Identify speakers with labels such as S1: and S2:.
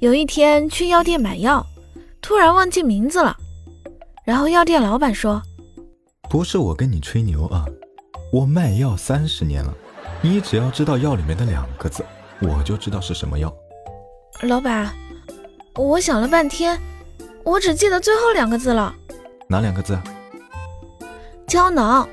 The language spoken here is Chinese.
S1: 有一天去药店买药，突然忘记名字了，然后药店老板说
S2: 不是我跟你吹牛啊，我卖药三十年了，你只要知道药里面的两个字，我就知道是什么药。：“
S1: 老板，我想了半天，我只记得最后两个字了，
S2: 哪两个字啊？
S1: 胶囊。”